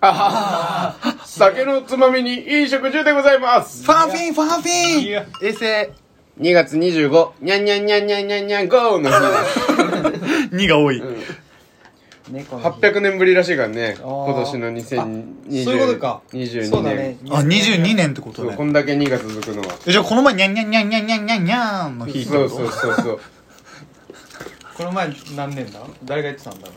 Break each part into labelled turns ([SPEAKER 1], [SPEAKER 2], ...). [SPEAKER 1] ああ、 酒のつまみにいい食事でございます。
[SPEAKER 2] ァンフィンファンフ
[SPEAKER 3] い
[SPEAKER 2] ィ
[SPEAKER 3] や
[SPEAKER 2] ン衛星
[SPEAKER 1] 2月25、にゃんにゃんにゃんにゃんにゃんにゃん、ゴーの日 です。
[SPEAKER 2] 2が多い、
[SPEAKER 3] 猫の日
[SPEAKER 1] 800年ぶりらしいからね、
[SPEAKER 3] あー
[SPEAKER 1] 今年の2020。
[SPEAKER 3] あそういうことかそ
[SPEAKER 1] 22
[SPEAKER 3] うだね
[SPEAKER 1] 年。
[SPEAKER 2] あ22年ってこと
[SPEAKER 1] そう、
[SPEAKER 2] ね
[SPEAKER 1] こんだけ2が続くのは。
[SPEAKER 2] えじゃあこの前ニャンニャンニャンニャンニャンニャンニャンの日って
[SPEAKER 1] そ
[SPEAKER 2] こ
[SPEAKER 1] うそう
[SPEAKER 2] と
[SPEAKER 1] そうそう。
[SPEAKER 3] この前何年だ誰が言ってたんだろ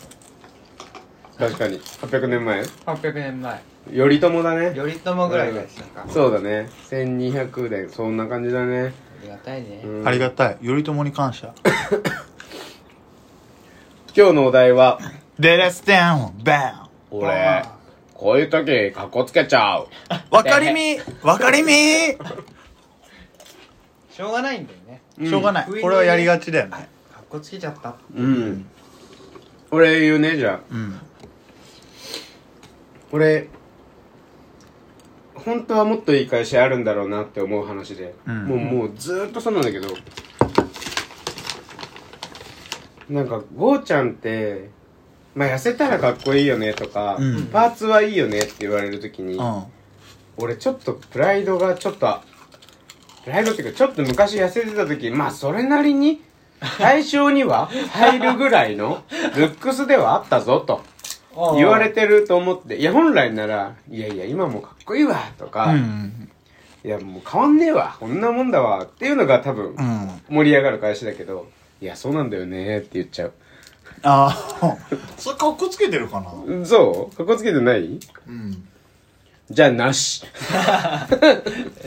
[SPEAKER 1] 確かに。800年前
[SPEAKER 3] う800年前
[SPEAKER 1] 頼朝だね。
[SPEAKER 3] 頼朝ぐらいが言ってたか
[SPEAKER 1] そうだね。1200年、そんな感じだね。
[SPEAKER 3] ありがたいね
[SPEAKER 1] うん
[SPEAKER 2] ありがたい頼朝に感謝
[SPEAKER 1] 今日のお題は、
[SPEAKER 2] デレステンバ
[SPEAKER 1] 俺、こういう時、かっこつけちゃう。
[SPEAKER 2] ンわかりみわかりみ
[SPEAKER 3] しょうがないんだよね
[SPEAKER 2] しょうがない
[SPEAKER 3] うん
[SPEAKER 2] これはやりがちだよね
[SPEAKER 3] かっこつけちゃった
[SPEAKER 1] うん。俺言うね、じゃあ。
[SPEAKER 2] うん
[SPEAKER 1] 俺本当はもっといい会社あるんだろうなって思う話で、
[SPEAKER 2] うん
[SPEAKER 1] もうもうずーっとそうなんだけどなんかゴーちゃんってまあ痩せたらかっこいいよねとか、
[SPEAKER 2] うん
[SPEAKER 1] パーツはいいよねって言われる時に、
[SPEAKER 2] うん
[SPEAKER 1] 俺ちょっとプライドがちょっとプライドっていうかちょっと昔痩せてた時まあそれなりに対象には入るぐらいのルックスではあったぞと。言われてると思っていや本来なら「いやいや今もかっこいいわ」と
[SPEAKER 2] う
[SPEAKER 1] か、
[SPEAKER 2] ん
[SPEAKER 1] いやもう変わんねえわこんなもんだわ」っていうのが多分
[SPEAKER 2] うん
[SPEAKER 1] 盛り上がる会社だけど「いやそうなんだよね」って言っちゃう
[SPEAKER 2] ああそれかっこつけてるかな
[SPEAKER 1] そうかっこつけてない
[SPEAKER 2] うん
[SPEAKER 1] じゃあなし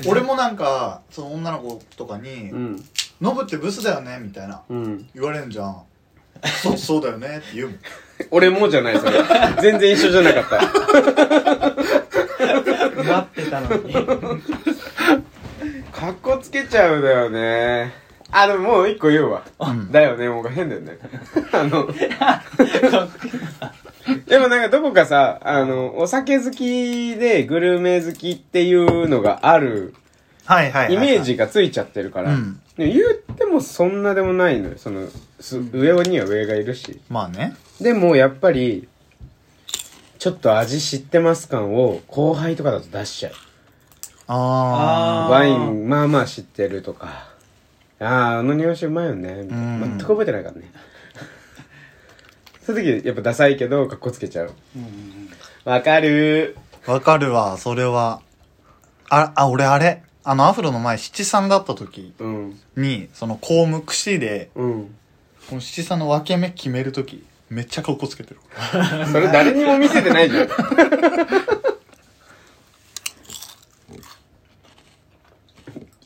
[SPEAKER 2] 俺もなんかその女の子とかに
[SPEAKER 1] うん
[SPEAKER 2] 「ノブってブスだよね」みたいな
[SPEAKER 1] うん
[SPEAKER 2] 言われんじゃんそうそうだよねって言うもん
[SPEAKER 1] 俺もじゃないそれ全然一緒じゃなかった
[SPEAKER 3] 待って たのに
[SPEAKER 1] かっこつけちゃうだよねあでももう一個言うわ、
[SPEAKER 2] ん
[SPEAKER 1] だよねもう変だよね あ のでもなんかどこかさ、あの、お酒好きでグルメ好きっていうのがある
[SPEAKER 2] はいはいはいはい
[SPEAKER 1] イメージがついちゃってるから、
[SPEAKER 2] うん
[SPEAKER 1] でも言ってもそんなでもないのよ。その、す上には上がいるし。
[SPEAKER 2] まあね
[SPEAKER 1] でもやっぱり、ちょっと味知ってます感を後輩とかだと出しちゃう。
[SPEAKER 2] あ
[SPEAKER 3] あー
[SPEAKER 1] ワインまあまあ知ってるとか、ああ、あの日本酒うまいよね、みたいな。
[SPEAKER 2] うん
[SPEAKER 1] 全く覚えてないからね。 そういう時やっぱダサいけど、かっこつけちゃう。わかる
[SPEAKER 2] あわかるわそれはああ俺あれあのアフロの前七三だった時
[SPEAKER 1] うん。
[SPEAKER 2] にその公務櫛で
[SPEAKER 1] うん。
[SPEAKER 2] この七三の分け目決める時めっちゃかっこつけてる
[SPEAKER 1] それ誰にも見せてないじゃん。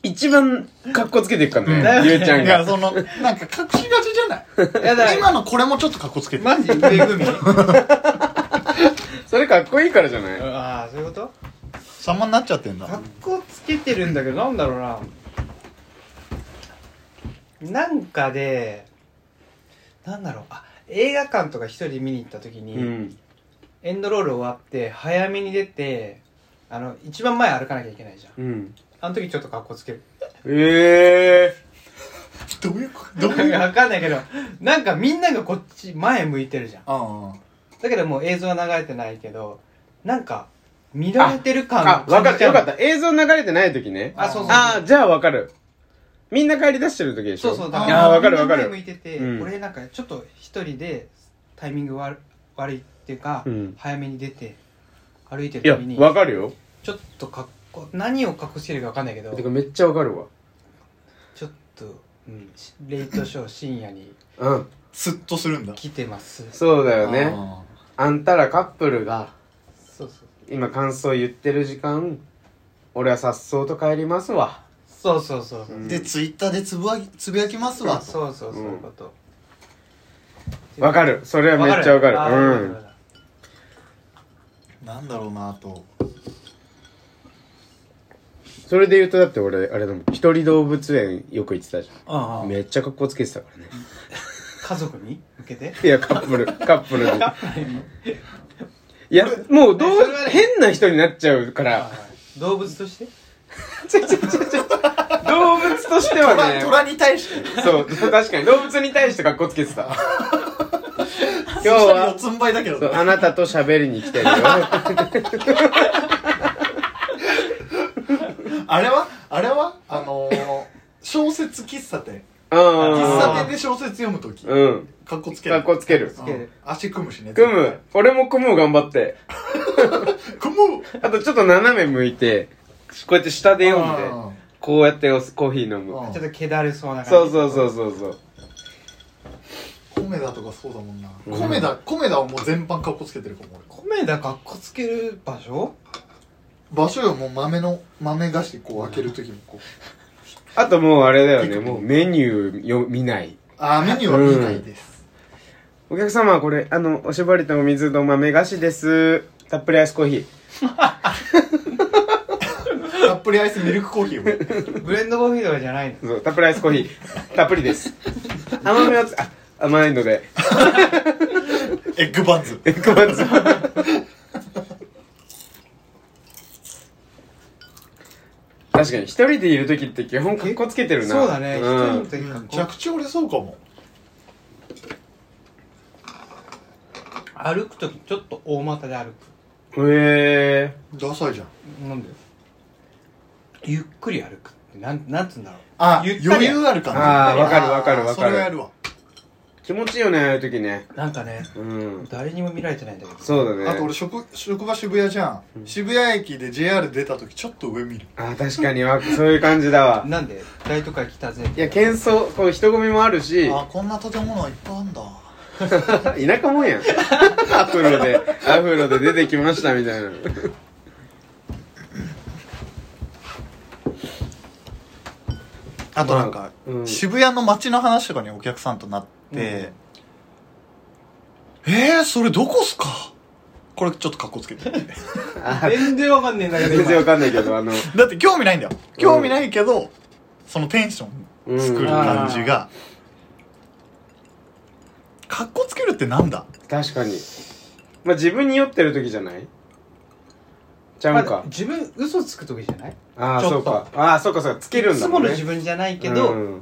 [SPEAKER 1] 一番格好つけてるからね、ゆうちゃん
[SPEAKER 2] いや
[SPEAKER 1] が。
[SPEAKER 2] そのなんか隠しがちじ
[SPEAKER 3] いや
[SPEAKER 2] ゃない
[SPEAKER 3] だ
[SPEAKER 2] 今のこれもちょっとかっこつけてる
[SPEAKER 3] マジ上組
[SPEAKER 1] それかっこいいからじゃない
[SPEAKER 3] ああそういうこと
[SPEAKER 2] 様になっちゃってんだ
[SPEAKER 3] 格好つけてるんだけどなんだろうななんかでなんだろうあ映画館とか一人で見に行った時に、
[SPEAKER 1] うん。
[SPEAKER 3] エンドロール終わって早めに出てあの一番前歩かなきゃいけないじゃん
[SPEAKER 1] うん。
[SPEAKER 3] あの時ちょっと格好つける
[SPEAKER 1] ええ
[SPEAKER 2] どういうことどう
[SPEAKER 3] 分
[SPEAKER 2] いう
[SPEAKER 3] かんないけどなんかみんながこっち前向いてるじゃん
[SPEAKER 2] あ
[SPEAKER 3] だけどもう映像は流れてないけどなんか見られてる感
[SPEAKER 1] あ、わかる。よかったた。映像流れてない時ね。
[SPEAKER 3] あそうそう
[SPEAKER 1] あー、じゃあわかる。みんな帰り出してる時でし
[SPEAKER 3] そ
[SPEAKER 1] ょ
[SPEAKER 3] うそう
[SPEAKER 2] だ
[SPEAKER 3] だ
[SPEAKER 2] か
[SPEAKER 3] からら
[SPEAKER 1] あー、わかるわか
[SPEAKER 3] みんな前向
[SPEAKER 1] る。
[SPEAKER 3] いてて、
[SPEAKER 1] うん
[SPEAKER 3] 俺なんかちょっと一人でタイミング悪悪いっていうか、
[SPEAKER 1] うん
[SPEAKER 3] 早めに出て歩いて
[SPEAKER 1] い
[SPEAKER 3] る
[SPEAKER 1] や
[SPEAKER 3] 時に、
[SPEAKER 1] わかるよ。
[SPEAKER 3] ちょっとかっこ何を格好つけるかわかんないけど
[SPEAKER 1] てかめっちゃわかるわ。
[SPEAKER 3] ちょっとしレイトショー深夜に
[SPEAKER 1] うん。
[SPEAKER 2] あスッとするんだ
[SPEAKER 3] 来てます
[SPEAKER 1] そうだよね。
[SPEAKER 2] あー
[SPEAKER 1] あんたらカップルが、
[SPEAKER 3] そうそう
[SPEAKER 1] 今感想言ってる時間俺はさっそうと帰りますわ
[SPEAKER 3] そうそうそうそう
[SPEAKER 1] うん
[SPEAKER 2] でツイッターでつぶわつぶやきますわと
[SPEAKER 3] そうそうそういうこと
[SPEAKER 1] わかるそれはめっちゃわかる
[SPEAKER 3] あ
[SPEAKER 1] う
[SPEAKER 3] ー
[SPEAKER 1] ん
[SPEAKER 3] わか
[SPEAKER 2] なんだろうなと
[SPEAKER 1] それで言うとだって俺あれだもん一人動物園よく行ってたじ
[SPEAKER 3] あ
[SPEAKER 1] ゃ
[SPEAKER 3] あ
[SPEAKER 1] んめっちゃ格好つけてたからね
[SPEAKER 3] 家族に向けて
[SPEAKER 1] いやカッ プルカップルにいやもうどう
[SPEAKER 3] それはね
[SPEAKER 1] 変な人になっちゃうから
[SPEAKER 3] 動物として
[SPEAKER 1] ちょちょちょちょ 動物としてはね
[SPEAKER 2] 虎に対し て
[SPEAKER 1] そう確かに動物に対して格好つけてた日は
[SPEAKER 2] 四つん這いだけど
[SPEAKER 1] そう
[SPEAKER 2] ね
[SPEAKER 1] あなたと喋りに来て るよ
[SPEAKER 2] あれはあれはあのー、小説喫茶店喫茶
[SPEAKER 1] あ
[SPEAKER 2] 店で小説読むとき
[SPEAKER 1] あうん
[SPEAKER 2] かっこつける
[SPEAKER 1] 格好つける
[SPEAKER 3] つける
[SPEAKER 2] うん足組むしね
[SPEAKER 1] 組む俺も組む頑張って
[SPEAKER 2] 絶対組む
[SPEAKER 1] あとちょっと斜め向いてこうやって下で読んで
[SPEAKER 2] うん
[SPEAKER 1] こうやってコーヒー飲む
[SPEAKER 2] うん
[SPEAKER 3] ちょっと気だるそうな感じ
[SPEAKER 1] そうそうそうそうそう
[SPEAKER 2] コメダとかそうだもんな、
[SPEAKER 1] うん
[SPEAKER 2] コメダコメダはもう全般かっこつけてるかも俺
[SPEAKER 3] 米だかっこつける場所
[SPEAKER 2] 場所よもう豆の豆菓子こう開けるときもこう
[SPEAKER 1] あともうあれだよね
[SPEAKER 2] 結構
[SPEAKER 1] もうメニューよ見ない
[SPEAKER 2] あーメニューは見ないです、
[SPEAKER 1] お客様これあのおしぼりとお水と豆菓子ですたっぷりアイスコーヒー
[SPEAKER 2] たっぷりアイスミルクコーヒーを
[SPEAKER 3] ブレンドコーヒーとかじゃないの
[SPEAKER 1] そうたっぷりアイスコーヒーたっぷりです甘めはつあ甘いので
[SPEAKER 2] エッグバンズ
[SPEAKER 1] エコバンズ確かに一人でいる時って基本格好つけてるな
[SPEAKER 3] そうだね一人の
[SPEAKER 1] ん、
[SPEAKER 3] 時かっ
[SPEAKER 2] め
[SPEAKER 3] こ
[SPEAKER 2] ちゃくちゃ俺そうかも
[SPEAKER 3] 歩く時ちょっと大股で歩く
[SPEAKER 1] へえ
[SPEAKER 2] ダサいじゃん
[SPEAKER 3] なんでゆっくり歩くなんなんつうんだろう
[SPEAKER 2] あ
[SPEAKER 3] ゆった
[SPEAKER 2] 余
[SPEAKER 3] り
[SPEAKER 2] 裕あるか
[SPEAKER 1] あーわかるわかるわかる
[SPEAKER 2] それはやるわ
[SPEAKER 1] 気持ちいいよねああいう時ね
[SPEAKER 3] なんかね
[SPEAKER 1] うん
[SPEAKER 3] 誰にも見られてないんだけど
[SPEAKER 1] そうだね
[SPEAKER 2] あと俺職職場渋谷じゃん、渋谷駅で JR 出た時ちょっと上見る
[SPEAKER 1] あ確かにわそういう感じだわ
[SPEAKER 3] なんで大都会来たぜ
[SPEAKER 1] いや喧騒こう人混みもあるし
[SPEAKER 2] あこんな建物いっぱいあんだ
[SPEAKER 1] 田舎もんやんアフロでアフロで出てきましたみたいな
[SPEAKER 2] あとなんか、
[SPEAKER 1] うん
[SPEAKER 2] 渋谷の街の話とかにお客さんとなって、えー、それどこっすかこれちょっと格好つけて だ
[SPEAKER 3] 全然わかんねえんだけど
[SPEAKER 1] 全
[SPEAKER 3] 今
[SPEAKER 1] 然わかんないけどあの
[SPEAKER 2] って興味ないんだよ興味ないけど、そのテンション作る感じが、格好つけるってなんだ
[SPEAKER 1] 確かにまあ自分に酔ってる時じゃないちゃうん
[SPEAKER 3] まあ
[SPEAKER 1] か、
[SPEAKER 3] 自分嘘つく時じゃない
[SPEAKER 1] ああ
[SPEAKER 3] ち
[SPEAKER 1] そ
[SPEAKER 3] ょ
[SPEAKER 1] う
[SPEAKER 3] っと
[SPEAKER 1] かああそうかそうかつけるんだ
[SPEAKER 3] いつ
[SPEAKER 1] も
[SPEAKER 3] も
[SPEAKER 1] ん
[SPEAKER 3] の
[SPEAKER 1] ね
[SPEAKER 3] 自分じゃないけど、
[SPEAKER 1] うん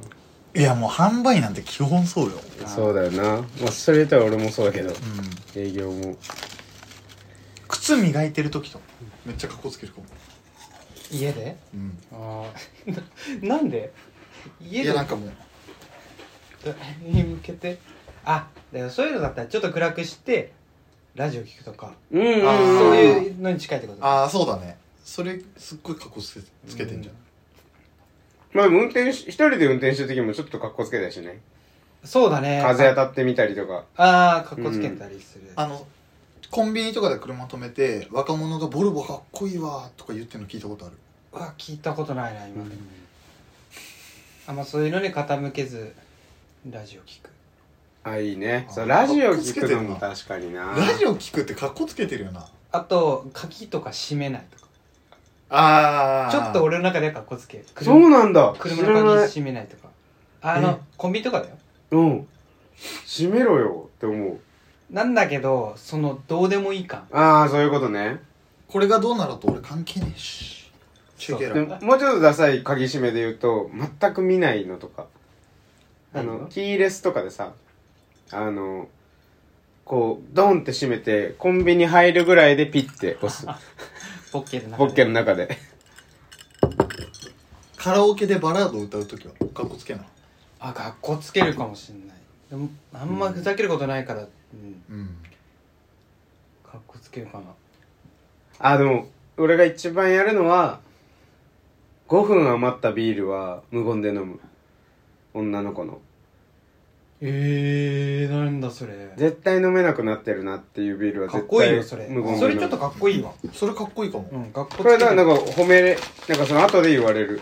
[SPEAKER 2] いやもう販売なんて基本そうよ、
[SPEAKER 1] そうだよなまあそれ言ったら俺もそうだけど
[SPEAKER 2] うん、
[SPEAKER 1] 営業も
[SPEAKER 2] 靴磨いてる時とかめっちゃ格好つけるかも、
[SPEAKER 3] 家で
[SPEAKER 2] うん、
[SPEAKER 3] ああ なんで家
[SPEAKER 2] い
[SPEAKER 3] で
[SPEAKER 2] やなんかもう
[SPEAKER 3] に向けてあだからそういうのだったらちょっと暗くしてラジオ聞くとか
[SPEAKER 1] うんうん
[SPEAKER 2] あー
[SPEAKER 3] そう
[SPEAKER 1] うん
[SPEAKER 3] いうのに近いってこと
[SPEAKER 2] ああそうだねそれすっごい格好つけつけてんじゃん、
[SPEAKER 1] まあでも運転し一人で運転してる時もちょっと格好つけたりしね
[SPEAKER 3] そうだね
[SPEAKER 1] 風当たってみたりとか
[SPEAKER 3] ああかっこつけたりする、
[SPEAKER 2] あのコンビニとかで車止めて若者が「ボルボかっこいいわ」とか言ってるの聞いたことある
[SPEAKER 3] うわ聞いたことないな今、あんまそういうのに傾けずラジオ聞く
[SPEAKER 1] あいいね
[SPEAKER 2] あ
[SPEAKER 1] そうラジオ
[SPEAKER 2] かっこつけ
[SPEAKER 1] 聞く
[SPEAKER 2] て
[SPEAKER 1] の
[SPEAKER 2] んな
[SPEAKER 1] も確かにな
[SPEAKER 2] ラジオ聞くって格好つけてるよな
[SPEAKER 3] あと鍵とか閉めないとか
[SPEAKER 2] あ
[SPEAKER 3] ちょっと俺の中でかっこつけ
[SPEAKER 1] そうなんだ
[SPEAKER 3] 車
[SPEAKER 1] 知ら
[SPEAKER 3] の
[SPEAKER 1] な
[SPEAKER 3] 鍵
[SPEAKER 1] い
[SPEAKER 3] 閉めないとかあの
[SPEAKER 1] え
[SPEAKER 3] コンビニとかだよ
[SPEAKER 1] うん閉めろよって思う
[SPEAKER 3] なんだけどそのどうでもいい感
[SPEAKER 1] ああそういうことね
[SPEAKER 2] これがどうなろうと俺関係ねえしチェケ
[SPEAKER 1] で
[SPEAKER 2] ラ
[SPEAKER 1] ももうちょっとダサい鍵閉めで言うと全く見ないのとかあ
[SPEAKER 3] 何
[SPEAKER 1] の
[SPEAKER 3] が
[SPEAKER 1] キーレスとかでさあのこうドンって閉めてコンビニ入るぐらいでピッて押す
[SPEAKER 3] ポッケの中で
[SPEAKER 1] ポッケの中で
[SPEAKER 2] カラオケでバラードを歌う時は格好つけない
[SPEAKER 3] あ学校つけるかもしんないでもあんまふざけることないから、うん、
[SPEAKER 2] うん
[SPEAKER 3] かっこつけるかな
[SPEAKER 1] あでも俺が一番やるのは5分余ったビールは無言で飲む女の子の
[SPEAKER 3] えー、なんだそれ
[SPEAKER 1] 絶対飲めなくなってるなっていうビールは
[SPEAKER 3] かっ
[SPEAKER 1] 絶
[SPEAKER 3] こいい
[SPEAKER 1] 対
[SPEAKER 3] よそれ
[SPEAKER 1] 無言で飲む
[SPEAKER 3] それちょっとかっこいいわ
[SPEAKER 2] それかっこいいかも、
[SPEAKER 3] うんかっこつけ
[SPEAKER 1] これだからなん
[SPEAKER 3] か、
[SPEAKER 1] か褒めれなんかその後で言われる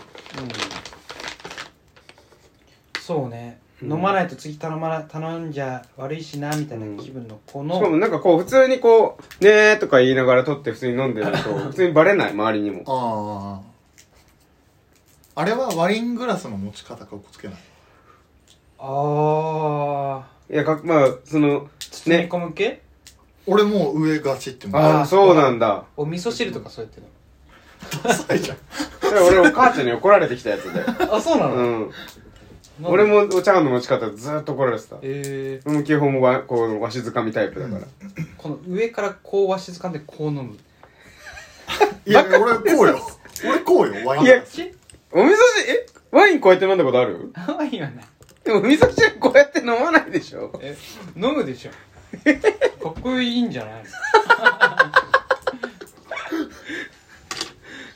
[SPEAKER 3] うん、そうね、
[SPEAKER 1] うん
[SPEAKER 3] 飲まないと次頼まな頼んじゃ悪いしなみたいな気分のこの、
[SPEAKER 1] しかもなんかこう普通にこう「ねー」とか言いながら撮って普通に飲んでる と普通にバレない周りにも
[SPEAKER 2] あああれはワイングラスの持ち方格好つけない
[SPEAKER 3] ああ
[SPEAKER 1] いやかまあその
[SPEAKER 3] 包み込む系、
[SPEAKER 2] 俺もう上がちってもう
[SPEAKER 1] あ
[SPEAKER 3] あ
[SPEAKER 1] あそうなんだ
[SPEAKER 3] お味噌汁とかそうやってる
[SPEAKER 2] ダサいじゃん
[SPEAKER 1] それ俺お母ちゃんに怒られてきたやつで
[SPEAKER 3] あそうなの、
[SPEAKER 1] うん俺もお茶碗の持ち方ずーっと怒られてた
[SPEAKER 3] え
[SPEAKER 1] 俺も基本はこうわしづかみタイプだから、
[SPEAKER 3] ー、この上からこうわしづかんでこう飲む
[SPEAKER 2] いや、俺こうよ。俺こうよ、ワイン。
[SPEAKER 1] いや
[SPEAKER 3] そっち
[SPEAKER 1] お味噌汁えワインこうやって飲んだことある
[SPEAKER 3] あんま言わない
[SPEAKER 1] でもお味噌汁こうやって飲まないでしょ
[SPEAKER 3] え飲むで しょかっこいいんじゃないの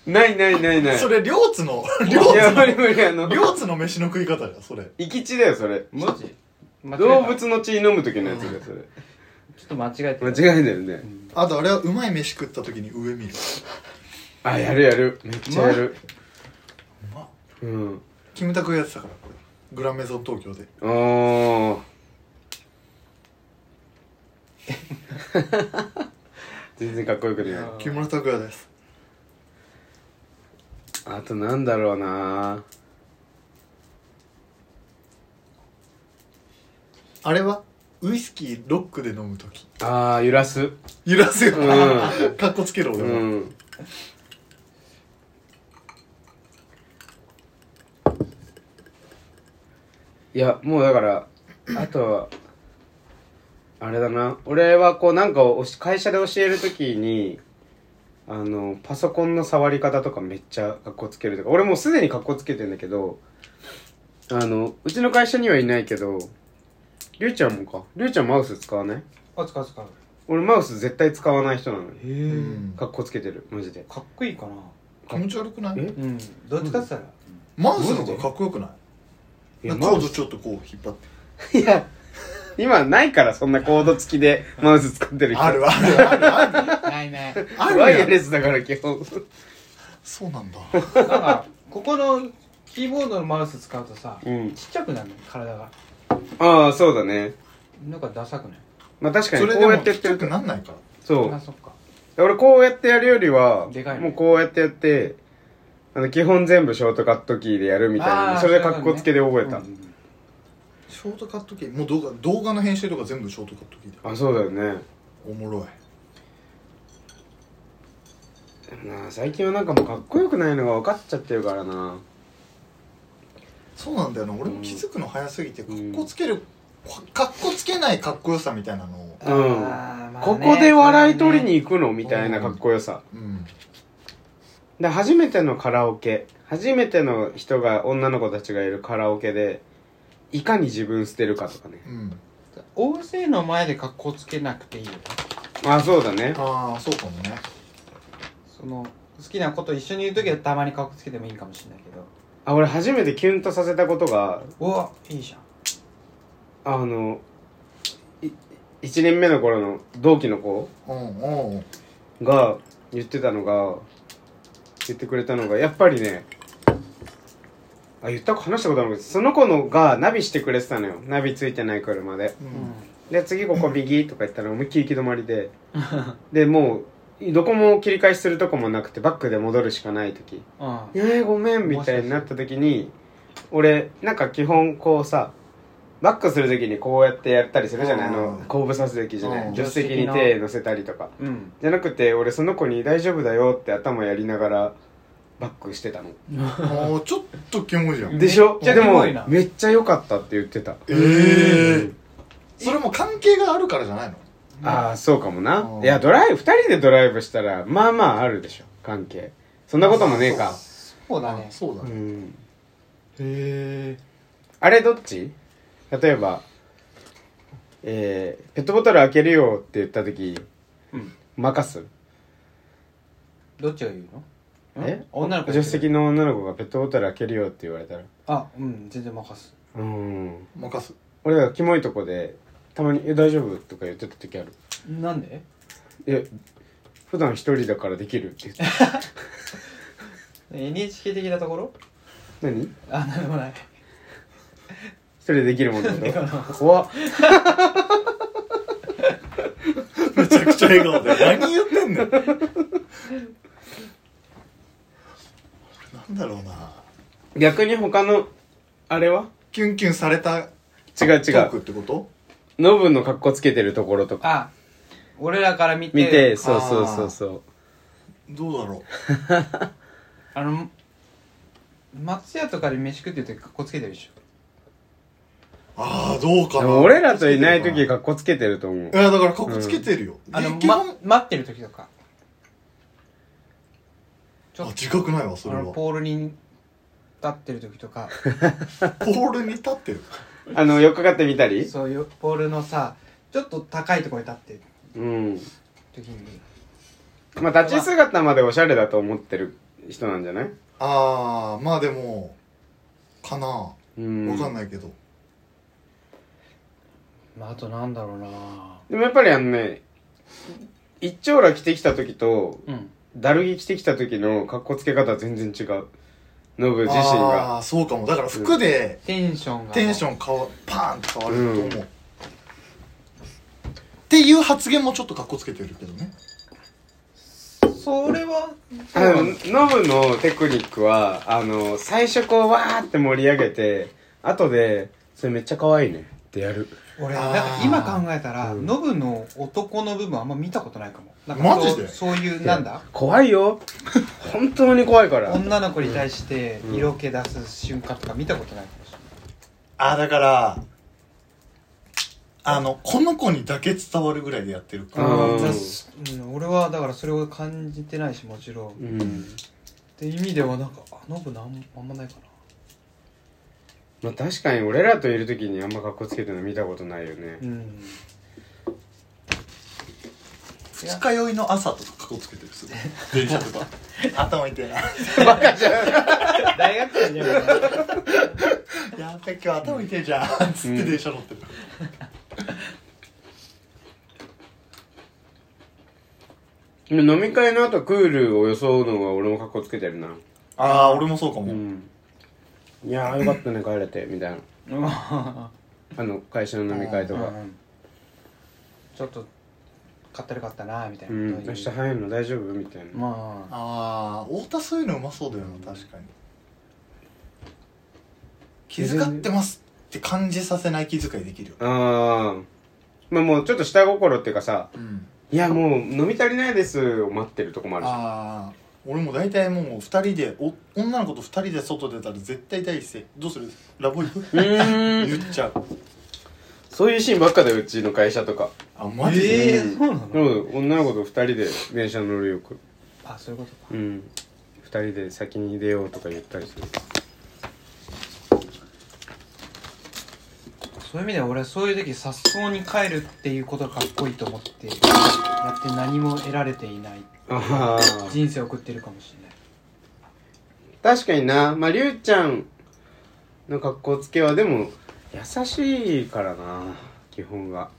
[SPEAKER 1] ないないないない
[SPEAKER 2] それ、両津の、
[SPEAKER 1] い
[SPEAKER 2] 両
[SPEAKER 1] や
[SPEAKER 2] 津
[SPEAKER 1] 無
[SPEAKER 2] の
[SPEAKER 1] 理無理あの
[SPEAKER 2] 両津の飯の食い方だ、それ。
[SPEAKER 1] 行き地だよそれ
[SPEAKER 3] マジ
[SPEAKER 1] 動
[SPEAKER 3] 間違えたちょ
[SPEAKER 1] 物の血飲む時のやつだよそれ
[SPEAKER 3] っと間違えてた
[SPEAKER 1] 間違えてるね
[SPEAKER 2] あと、あれはうまい飯食った時に上見る。
[SPEAKER 1] あやるやるめっちゃやる
[SPEAKER 2] うまっ
[SPEAKER 1] うん
[SPEAKER 2] キムタクがやってたから、これ。グラメゾン東京で。
[SPEAKER 1] あー全然かっこよくない
[SPEAKER 2] 木村拓哉です。
[SPEAKER 1] あとなんだろうな
[SPEAKER 2] あれは、ウイスキーロックで飲む時。
[SPEAKER 1] あー揺らす
[SPEAKER 2] 揺らすよ。
[SPEAKER 1] う
[SPEAKER 2] かっこつけろ、俺
[SPEAKER 1] う
[SPEAKER 2] も。
[SPEAKER 1] んいやもうだからあとはあれだな俺はこうなんかおし会社で教える時にあのパソコンの触り方とかめっちゃかっこつけるとか俺もうすでにかっこつけてんだけどあのうちの会社にはいないけどりゅうちゃんもかりゅうちゃんマウス使わない
[SPEAKER 3] あ使う使う
[SPEAKER 1] 俺マウス絶対使わない人なのに
[SPEAKER 3] へえ、
[SPEAKER 2] うん
[SPEAKER 1] かっこつけてるマジで
[SPEAKER 3] かっこいいかな
[SPEAKER 2] 気持ち悪くない
[SPEAKER 1] え
[SPEAKER 3] うんどっちかって言ったら、
[SPEAKER 2] マウスの方がかっこよくな
[SPEAKER 1] い
[SPEAKER 2] いな
[SPEAKER 1] や
[SPEAKER 2] んか
[SPEAKER 1] マ
[SPEAKER 2] コ
[SPEAKER 1] ウ
[SPEAKER 2] ード
[SPEAKER 1] ス
[SPEAKER 2] ちょっとこう引っ張って。
[SPEAKER 1] いや今ないからそんなコード付きでマウス使ってる人
[SPEAKER 2] あるあるあるある。
[SPEAKER 3] ないな
[SPEAKER 2] あ
[SPEAKER 3] い
[SPEAKER 2] るやん
[SPEAKER 1] ワイヤレスだから基本
[SPEAKER 2] そうなんだ。
[SPEAKER 3] なんかここのキーボードのマウス使うとさ
[SPEAKER 1] うん
[SPEAKER 3] ちっちゃくなるの体が
[SPEAKER 1] ああそうだね
[SPEAKER 3] なんかダサくない
[SPEAKER 1] まあ確か
[SPEAKER 2] そ
[SPEAKER 1] に
[SPEAKER 2] れ
[SPEAKER 1] こ
[SPEAKER 2] で
[SPEAKER 1] う
[SPEAKER 2] も
[SPEAKER 1] やってや
[SPEAKER 2] ちっ
[SPEAKER 1] っ
[SPEAKER 2] ち
[SPEAKER 1] て
[SPEAKER 2] ゃ
[SPEAKER 1] る
[SPEAKER 2] く
[SPEAKER 1] と
[SPEAKER 2] なんないから。
[SPEAKER 1] そ
[SPEAKER 3] あ
[SPEAKER 1] う
[SPEAKER 3] そっか
[SPEAKER 1] 俺こうやってやるよりは
[SPEAKER 3] でかいね
[SPEAKER 1] もうこうやってやってあの基本全部ショートカットキーでやるみたい
[SPEAKER 3] あー
[SPEAKER 1] なそれで格好つけで覚えた、
[SPEAKER 3] うんうん
[SPEAKER 2] ショートカット系もう動画動画の編集とか全部ショートカット系だよ
[SPEAKER 1] あそうだよね
[SPEAKER 2] おもろい
[SPEAKER 1] でもな最近はなんかもうかっこよくないのが分かっちゃってるからな
[SPEAKER 2] そうなんだよな俺も気づくの早すぎてかっこつける、かっこつけないかっこよさみたいなのを
[SPEAKER 1] うん
[SPEAKER 3] あーまあね
[SPEAKER 1] ここで笑い取り
[SPEAKER 3] それはね
[SPEAKER 1] に行くのみたいなかっこよさ、
[SPEAKER 2] うん
[SPEAKER 1] で初めてのカラオケ初めての人が女の子たちがいるカラオケでいかに自分捨てるかとかね
[SPEAKER 2] うん
[SPEAKER 3] 大勢の前で格好つけなくていいよね
[SPEAKER 1] あそうだね
[SPEAKER 2] ああそうかもね
[SPEAKER 3] その好きなこと一緒にいる時はたまに格好つけてもいいかもしれないけど
[SPEAKER 1] あ俺初めてキュンとさせたことが
[SPEAKER 3] うわいいじゃん
[SPEAKER 1] あの1年目の頃の同期の子
[SPEAKER 2] うんうんうん
[SPEAKER 1] が言ってたのが言ってくれたのがやっぱりねあ言った話したことあるけどその子のがナビしてくれてたのよナビついてない車でで次ここ右とか言ったら思いっきり行き止まりででもうどこも切り返しするとこもなくてバックで戻るしかない時
[SPEAKER 3] うんうん
[SPEAKER 1] 「えー、ごめん」みたいになった時に俺なんか基本こうさバックする時にこうやってやったりするじゃないあ
[SPEAKER 2] うん
[SPEAKER 1] の後部座席じゃない
[SPEAKER 2] うん
[SPEAKER 1] 助手席に手乗せたりとか
[SPEAKER 3] うん
[SPEAKER 1] じゃなくて俺その子に「大丈夫だよ」って頭やりながらバックしてたの
[SPEAKER 2] ああちょっとキモいじゃん
[SPEAKER 1] でしょ
[SPEAKER 3] めっちゃ
[SPEAKER 1] でも
[SPEAKER 3] キモいな
[SPEAKER 1] めっちゃ良かったって言ってた
[SPEAKER 2] ええー、それも関係があるからじゃないの
[SPEAKER 1] ああそうかもな
[SPEAKER 2] うん
[SPEAKER 1] いやドライブ2人でドライブしたらまあまああるでしょ関係そんなこともねえか
[SPEAKER 3] そうだね
[SPEAKER 2] あそうだ
[SPEAKER 1] う
[SPEAKER 2] ね、
[SPEAKER 1] ん
[SPEAKER 3] へえ
[SPEAKER 1] あれどっち例えばえー、ペットボトル開けるよって言った時
[SPEAKER 3] うん
[SPEAKER 1] 任す
[SPEAKER 3] どっちが言うのん
[SPEAKER 1] え
[SPEAKER 3] 女の子
[SPEAKER 1] 助手席の女の子がペットボトル開けるよって言われたら
[SPEAKER 3] あうん全然任す
[SPEAKER 1] うん
[SPEAKER 2] 任す
[SPEAKER 1] 俺がキモいとこでたまに「え大丈夫?」とか言ってた時ある
[SPEAKER 3] なんで
[SPEAKER 1] 「え普段一人だからできる」って言って
[SPEAKER 3] NHK 的なところ
[SPEAKER 1] 何一
[SPEAKER 3] あなんでもない
[SPEAKER 1] 人でできるもんだ
[SPEAKER 3] なんでかな
[SPEAKER 1] と怖っ
[SPEAKER 2] めちゃくちゃ笑 顔で何言ってん の俺なんだろうな
[SPEAKER 1] 逆に他のあれは
[SPEAKER 2] キュンキュンされ
[SPEAKER 1] 違
[SPEAKER 2] た
[SPEAKER 1] う違
[SPEAKER 2] トークっ
[SPEAKER 1] う
[SPEAKER 2] てこと
[SPEAKER 1] ノブの格好つけてるところとか
[SPEAKER 3] あ俺らから見て
[SPEAKER 1] 見てそうそうそうそう
[SPEAKER 2] どうだろう
[SPEAKER 3] あの松屋とかで飯食ってる時かっこつけてるでしょ
[SPEAKER 2] ああどう
[SPEAKER 1] で
[SPEAKER 2] かな
[SPEAKER 1] も俺らといない
[SPEAKER 2] い
[SPEAKER 1] 時かっこつけてると思う
[SPEAKER 2] やだからかっこつけてるよ、
[SPEAKER 3] あの、
[SPEAKER 2] で基
[SPEAKER 3] ま
[SPEAKER 2] 本、、
[SPEAKER 3] 待ってる時とかち
[SPEAKER 2] あ
[SPEAKER 3] ょっ
[SPEAKER 2] 自覚ないわそ
[SPEAKER 3] と
[SPEAKER 2] れ
[SPEAKER 3] あ
[SPEAKER 2] は
[SPEAKER 3] のポールに立ってる時とか
[SPEAKER 2] ポールに立ってる
[SPEAKER 1] あのよっかかってみたり
[SPEAKER 3] そういうポールのさちょっと高いところに立ってる
[SPEAKER 1] うん
[SPEAKER 3] 時に
[SPEAKER 1] まあ立ち姿までおしゃれだと思ってる人なんじゃない
[SPEAKER 2] ああまあでもかなわ
[SPEAKER 1] うん
[SPEAKER 2] かんないけど、
[SPEAKER 3] まああとなんだろうな
[SPEAKER 1] でもやっぱりあのね一丁羅着てきた時と
[SPEAKER 3] うん
[SPEAKER 1] ダルギ着てきた時のかっこつけ方は全然違うノブ自身が
[SPEAKER 2] ああそうかもだから服で
[SPEAKER 3] テンションが
[SPEAKER 2] テンシ
[SPEAKER 3] ン
[SPEAKER 2] ョン変わパーンと変わると思う、っていう発言もちょっとかっこつけてるけどね
[SPEAKER 3] それは
[SPEAKER 1] あのノブのテクニックはあの最初こうわーって盛り上げて後でそれめっちゃ可愛いねってやる
[SPEAKER 3] 俺
[SPEAKER 2] あー
[SPEAKER 3] なんか今考えたら、
[SPEAKER 1] うん
[SPEAKER 3] ノブの男の部分あんま見たことないかもなんか
[SPEAKER 2] マジ
[SPEAKER 3] そう
[SPEAKER 2] で
[SPEAKER 3] そういうなんだ
[SPEAKER 1] 怖い よ本当に怖いから
[SPEAKER 3] 女の子に対して
[SPEAKER 1] うん
[SPEAKER 3] 色気出す瞬間とか見たことないかもしれない、
[SPEAKER 2] ああだからあのこの子にだけ伝わるぐらいでやってるか
[SPEAKER 1] う
[SPEAKER 2] ら
[SPEAKER 1] ん
[SPEAKER 3] だうん俺はだからそれを感じてないしもちろんっ
[SPEAKER 1] うん
[SPEAKER 3] て意味ではなんかあノブなんあんまないか
[SPEAKER 1] まあ確かに俺らといる時にあんま格好つけてるの見たことないよね
[SPEAKER 3] なうん
[SPEAKER 2] 二日酔いの朝とかかっこつけてるすごい電車とか 頭痛いな
[SPEAKER 3] 大学生じゃない
[SPEAKER 2] やっべ今日頭痛いじゃんつって電車乗ってる、
[SPEAKER 1] 飲み会の後クールを装うのは俺も格好つけてるな
[SPEAKER 2] ああ俺もそうかも、
[SPEAKER 1] うんいやーよかったね帰れてみたいなあの会社の飲み会とか
[SPEAKER 3] ちょっと買ったるかったなみたいな
[SPEAKER 1] う
[SPEAKER 3] こ
[SPEAKER 1] ん
[SPEAKER 3] と言
[SPEAKER 1] 明
[SPEAKER 3] う
[SPEAKER 1] 日早いの大丈夫みたいな
[SPEAKER 3] まあ
[SPEAKER 2] ああ太田そういうのうまそうだよな確かに気遣ってますって感じさせない気遣いできるよ、
[SPEAKER 1] あーまあもうちょっと下心っていうかさ
[SPEAKER 2] うん、
[SPEAKER 1] いやもう飲み足りないですを待ってるとこもあるし
[SPEAKER 2] ああ俺も大体もう2人でお女の子と2人で外出たら絶対第一声「どうするラボ行く?」
[SPEAKER 1] う ーん
[SPEAKER 2] 言っちゃう
[SPEAKER 1] そういうシーンばっかだようちの会社とか
[SPEAKER 2] あマジで、
[SPEAKER 3] えーそうなの、
[SPEAKER 1] うん女の子と二人で電車乗るよく
[SPEAKER 3] あそういうことか
[SPEAKER 1] うん二人で先に出ようとか言ったりする
[SPEAKER 3] そういう意味では俺はそういう時早々に帰るっていうことがかっこいいと思ってやって何も得られていない
[SPEAKER 1] ああ
[SPEAKER 3] 人生を送ってるかもしれない
[SPEAKER 1] 確かになまありゅうちゃんの格好つけはでも優しいからな基本が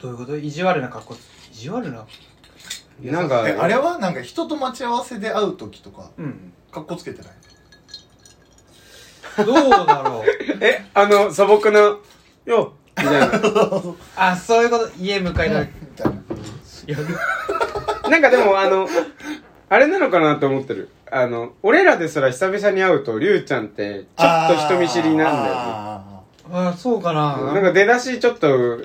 [SPEAKER 3] どういうこと意地悪な格好意地悪な
[SPEAKER 1] なんか
[SPEAKER 2] えあれはなんか人と待ち合わせで会う時とか
[SPEAKER 3] うん
[SPEAKER 2] かっこつけてない
[SPEAKER 3] どうだろう
[SPEAKER 1] えあの素朴な「よっ」みたいな
[SPEAKER 3] あそういうこと家迎えたら
[SPEAKER 2] みたいな
[SPEAKER 3] やる
[SPEAKER 1] なんかでもあのあれなのかなと思ってるあの俺らですら久々に会うとりゅうちゃんってちょっと人見知りなんだよね
[SPEAKER 2] よ
[SPEAKER 3] あそうかな
[SPEAKER 1] なんか出だしちょっとと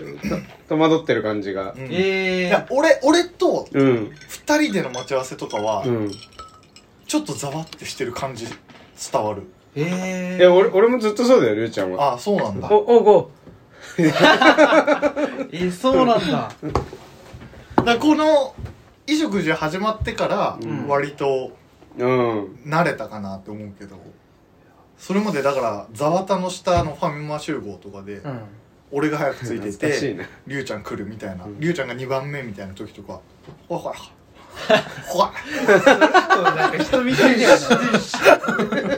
[SPEAKER 1] 戸惑ってる感じが
[SPEAKER 2] うんい
[SPEAKER 3] え
[SPEAKER 2] や
[SPEAKER 3] ー、
[SPEAKER 2] 俺俺と
[SPEAKER 1] うん
[SPEAKER 2] 2人での待ち合わせとかは、
[SPEAKER 1] うん
[SPEAKER 2] ちょっとざわってしてる感じ伝わる
[SPEAKER 3] え
[SPEAKER 1] い
[SPEAKER 3] ー、
[SPEAKER 1] や俺俺もずっとそうだよりゅうちゃんは
[SPEAKER 2] ああそうなんだ
[SPEAKER 1] おおご
[SPEAKER 3] えー、そうなんだ
[SPEAKER 2] だからこの衣食住始まってから
[SPEAKER 3] ん
[SPEAKER 2] 割と
[SPEAKER 1] うん
[SPEAKER 2] 慣れたかなって思うけど、それまでだからざわたの下のファミマ集合とかで
[SPEAKER 3] うん
[SPEAKER 2] 俺が早くついて
[SPEAKER 1] 懐かしい
[SPEAKER 2] て
[SPEAKER 1] な
[SPEAKER 2] りゅうちゃん来るみたいな、
[SPEAKER 1] うん
[SPEAKER 2] りゅうちゃんが2番目みたいな時とか「 ほらほらほら
[SPEAKER 3] そうなんか人見知りだよな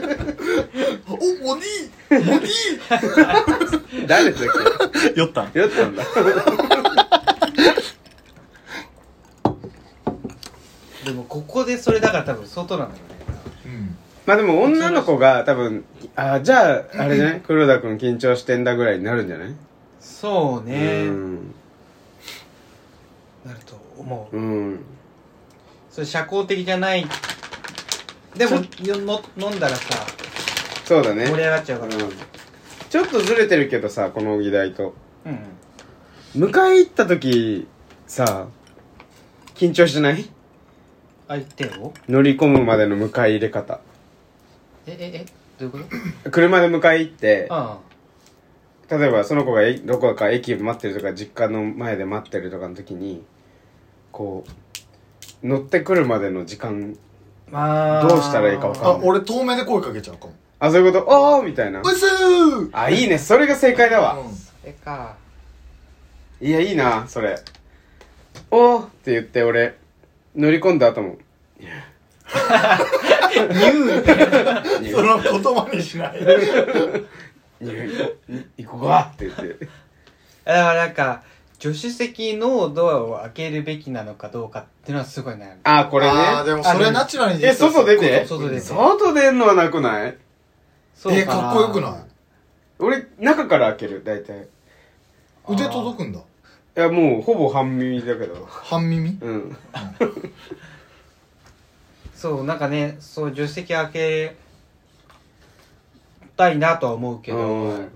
[SPEAKER 2] おおにおに
[SPEAKER 1] 誰だっ
[SPEAKER 2] 酔ったん
[SPEAKER 1] け酔ったんだ
[SPEAKER 3] でもここでそれだから多分外なんだよね
[SPEAKER 2] うん
[SPEAKER 1] まあでも女の子が多分あーじゃああれじゃない黒田君緊張してんだぐらいになるんじゃない
[SPEAKER 3] そうね
[SPEAKER 1] うん
[SPEAKER 3] なると思う
[SPEAKER 1] うん
[SPEAKER 3] それ社交的じゃないでもよの飲んだらさ
[SPEAKER 1] そうだね
[SPEAKER 3] 盛り上がっちゃうから
[SPEAKER 1] うんちょっとずれてるけどさこの議題と
[SPEAKER 3] うん
[SPEAKER 1] 迎え行った時さ緊張しない
[SPEAKER 3] 相手を
[SPEAKER 1] 乗り込むまでの迎え入れ方
[SPEAKER 3] えええどういうこと
[SPEAKER 1] 車で迎え行って
[SPEAKER 3] あ
[SPEAKER 1] 例えばその子がえどこか駅待ってるとか実家の前で待ってるとかの時にこう乗ってくるまでの時間
[SPEAKER 3] あまあ
[SPEAKER 1] どうしたらいいかわかんない
[SPEAKER 2] あ俺遠目で声かけちゃうかも
[SPEAKER 1] あそういうことおおみたいな
[SPEAKER 2] うっすー
[SPEAKER 1] あいいねそれが正解だわ
[SPEAKER 2] うん
[SPEAKER 3] それか
[SPEAKER 1] いやいいなそれおおって言って俺乗り込んだ後も
[SPEAKER 3] ニュー
[SPEAKER 1] に
[SPEAKER 2] その言葉にしないで
[SPEAKER 1] に行こうかって言って
[SPEAKER 3] だからなんか助手席のドアを開けるべきなのかどうかっていうのはすごい悩む
[SPEAKER 1] あこれ
[SPEAKER 2] あー
[SPEAKER 1] ね
[SPEAKER 2] でもそれナチュラルに
[SPEAKER 1] え外出て
[SPEAKER 3] 外出て
[SPEAKER 1] 外出んのはなくない
[SPEAKER 3] そう
[SPEAKER 2] え
[SPEAKER 3] な
[SPEAKER 2] かっこよくない
[SPEAKER 1] 俺中から開ける大体い
[SPEAKER 2] 腕届くんだ
[SPEAKER 1] やもうほぼ半耳だけど
[SPEAKER 2] 半耳
[SPEAKER 1] うん
[SPEAKER 3] そうなんかねそう助手席開けたいなとは思うけど、
[SPEAKER 1] うん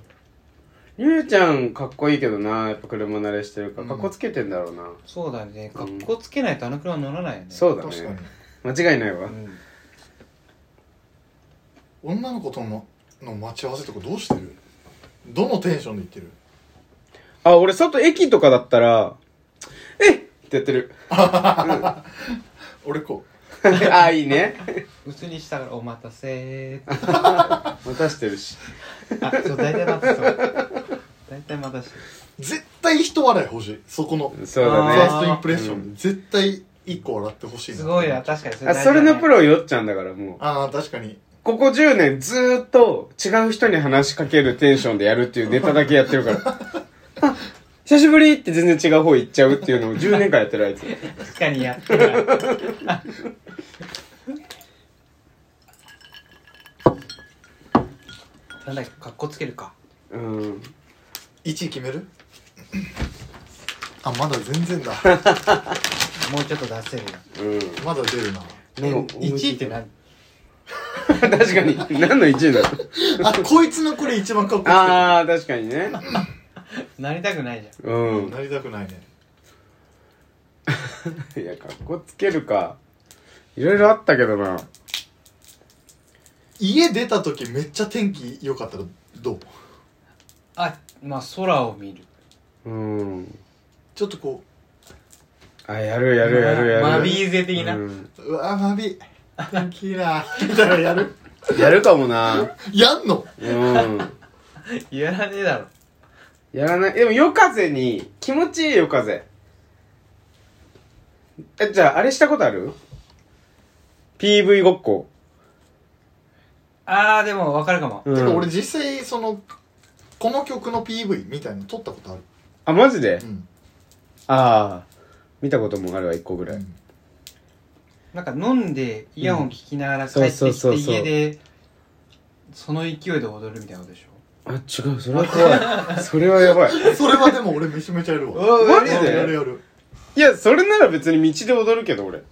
[SPEAKER 1] ゆうちゃんかっこいいけどなやっぱ車慣れしてるからかっこつけてんだろうな、
[SPEAKER 3] そうだねかっこつけないとあの車乗らないよね
[SPEAKER 1] そうだ
[SPEAKER 2] 確かに
[SPEAKER 1] ね間違いないうわ
[SPEAKER 3] ん
[SPEAKER 2] 女の子とのの待ち合わせとかどうしてるどのテンションで行ってる
[SPEAKER 1] あ俺外駅とかだったらえっってやってる
[SPEAKER 2] 俺こ
[SPEAKER 1] あいいね
[SPEAKER 3] 薄にしたからお待たせー
[SPEAKER 1] 待たしてるし
[SPEAKER 3] あそう大体待たせそう大体待たせ
[SPEAKER 2] う絶対人笑い欲しいそこのフ
[SPEAKER 1] そう
[SPEAKER 2] ァ
[SPEAKER 1] だ
[SPEAKER 2] ー
[SPEAKER 1] ね
[SPEAKER 2] ストインプレッショ
[SPEAKER 1] う
[SPEAKER 2] ン絶対一個笑ってほしいな
[SPEAKER 3] すごいな確かにそ
[SPEAKER 1] あそれのプ
[SPEAKER 3] ロ
[SPEAKER 1] ロよっちゃんだからもう
[SPEAKER 2] ああ確かに
[SPEAKER 1] ここ10年ずーっと違う人に話しかけるテンションでやるっていうネタだけやってるから。あ 久しぶりって全然違う方行っちゃうっていうのを10年間やってるあい つ。
[SPEAKER 3] 確かにやってないなんだっけかっこつけるか
[SPEAKER 1] うん。
[SPEAKER 2] 1位決めるあまだ全然だ
[SPEAKER 3] もうちょっと出せるよ
[SPEAKER 1] うん。
[SPEAKER 2] まだ出るな
[SPEAKER 1] なんか
[SPEAKER 3] 1位って何
[SPEAKER 1] 確かに。何の1位だろう
[SPEAKER 2] あこいつのこれ一番かっこつ
[SPEAKER 1] あー、確かにね。
[SPEAKER 3] なりたくないじゃん
[SPEAKER 1] うん。
[SPEAKER 2] けてるなりたくないね
[SPEAKER 1] いや、かっこつけるか。いろいろあったけどな。
[SPEAKER 2] 家出た時めっちゃ天気良かったらどう
[SPEAKER 3] あまあ空を見る
[SPEAKER 1] うん。
[SPEAKER 2] ちょっとこ
[SPEAKER 1] あ、やるやるやるやる。
[SPEAKER 3] まあマビーゼ的な、
[SPEAKER 1] うん
[SPEAKER 2] ううわまび天気いいなみたいなの やる
[SPEAKER 1] やるかもな。
[SPEAKER 2] やんの
[SPEAKER 1] うん。
[SPEAKER 3] やらねえだろ
[SPEAKER 1] やらない。でも夜風に、気持ちいい夜風。え、じゃあ、あれしたことある ?PV ごっこ。
[SPEAKER 3] あーでも分かるかも、
[SPEAKER 1] うん
[SPEAKER 2] てか俺実際そのこの曲の PV みたいの撮ったことある
[SPEAKER 1] あ、マジで、
[SPEAKER 2] うん
[SPEAKER 1] ああ。見たこともあるわ、一個ぐらい。
[SPEAKER 3] なんか飲んでイヤホン聞きながら帰
[SPEAKER 1] そう
[SPEAKER 3] ってき
[SPEAKER 1] そう
[SPEAKER 3] て
[SPEAKER 1] そうそう
[SPEAKER 3] 家でその勢いで踊るみたいなことでしょ
[SPEAKER 1] あ、違う。それは怖い。 それはやばい。
[SPEAKER 2] それはでも俺めちゃめちゃやる わ
[SPEAKER 3] お
[SPEAKER 1] マジで
[SPEAKER 2] やるやるやる
[SPEAKER 1] いや、それなら別に道で踊るけど、俺。